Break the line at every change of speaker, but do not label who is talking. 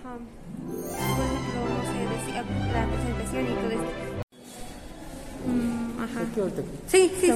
por ejemplo, no sé, decía, la presentación y todo esto. Mm, ajá.
¿Qué ahorita?
Sí, sí,